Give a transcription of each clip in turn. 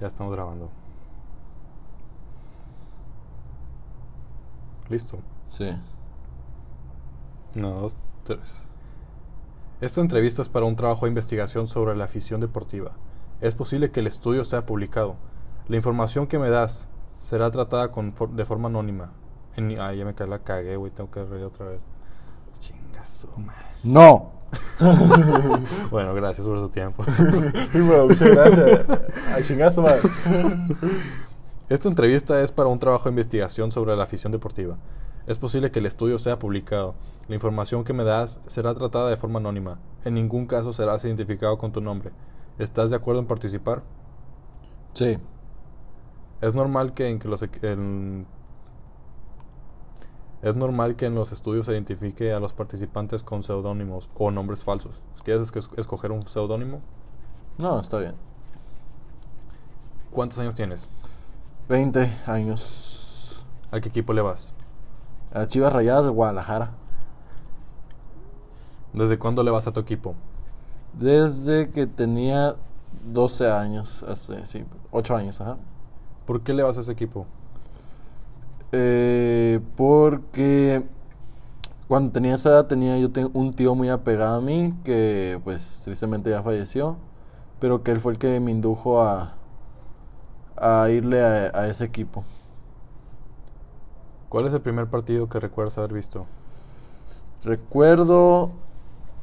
Ya estamos grabando. Listo. Sí. Uno, dos, tres. Esta entrevista es para un trabajo de investigación sobre la afición deportiva. Es posible que el estudio sea publicado. La información que me das será tratada con for- de forma anónima. En- ay, ya me ca- la cagué, güey. Tengo que reír otra vez. Chingazo, man. No. Bueno, gracias por su tiempo. muchas gracias. A chingazo, madre. Esta entrevista es para un trabajo de investigación sobre la afición deportiva. Es posible que el estudio sea publicado. La información que me das será tratada de forma anónima. En ningún caso serás identificado con tu nombre. ¿Estás de acuerdo en participar? Sí. Es normal que en que los equ- en- es normal que en los estudios se identifique a los participantes con seudónimos o nombres falsos. ¿Quieres es- escoger un seudónimo? No, está bien. ¿Cuántos años tienes? 20 años. ¿A qué equipo le vas? A Chivas Rayadas de Guadalajara. ¿Desde cuándo le vas a tu equipo? Desde que tenía 12 años. Hace, sí, 8 años, ajá. ¿Por qué le vas a ese equipo? Eh, porque cuando tenía esa edad tenía yo te- un tío muy apegado a mí que pues tristemente ya falleció, pero que él fue el que me indujo a, a irle a, a ese equipo. ¿Cuál es el primer partido que recuerdas haber visto? Recuerdo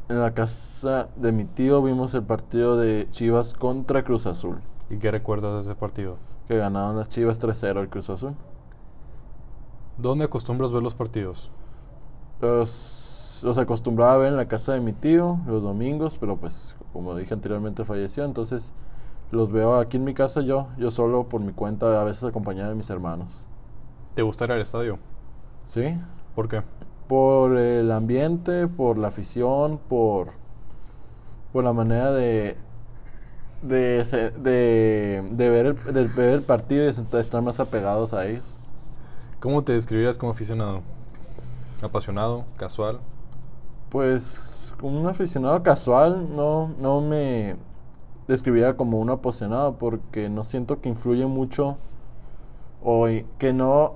en la casa de mi tío vimos el partido de Chivas contra Cruz Azul, ¿Y qué recuerdas de ese partido? que ganaron las Chivas 3-0 el Cruz Azul. ¿Dónde acostumbras ver los partidos? Los, los acostumbraba a ver en la casa de mi tío los domingos, pero pues como dije anteriormente falleció, entonces los veo aquí en mi casa yo, yo solo por mi cuenta, a veces acompañado de mis hermanos. ¿Te gusta ir al estadio? ¿Sí? ¿Por qué? Por el ambiente, por la afición, por, por la manera de, de, se- de, de ver, el, de ver el partido y de sent- estar más apegados a ellos. ¿Cómo te describirías como aficionado? ¿Apasionado? ¿Casual? Pues como un aficionado casual no, no me describiría como un apasionado porque no siento que influye mucho o i- que no,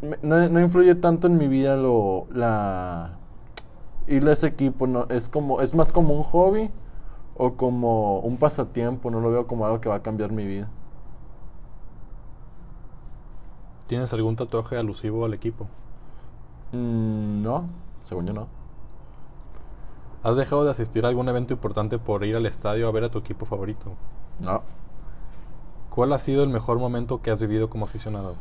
me- no, no influye tanto en mi vida lo, la, irle a ese equipo, no, es como, es más como un hobby o como un pasatiempo, no lo veo como algo que va a cambiar mi vida. ¿Tienes algún tatuaje alusivo al equipo? Mm, no, según yo no. ¿Has dejado de asistir a algún evento importante por ir al estadio a ver a tu equipo favorito? No. ¿Cuál ha sido el mejor momento que has vivido como aficionado?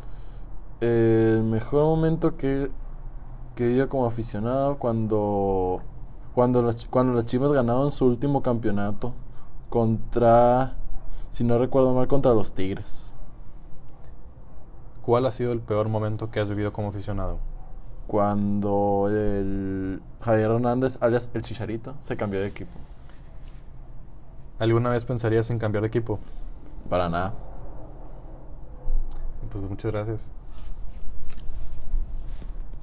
El mejor momento que, que yo como aficionado cuando cuando las, chi- cuando las Chivas ganaron su último campeonato contra, si no recuerdo mal, contra los Tigres. ¿Cuál ha sido el peor momento que has vivido como aficionado? Cuando el Javier Hernández, alias el Chicharito, se cambió de equipo. ¿Alguna vez pensarías en cambiar de equipo? Para nada. Pues muchas gracias.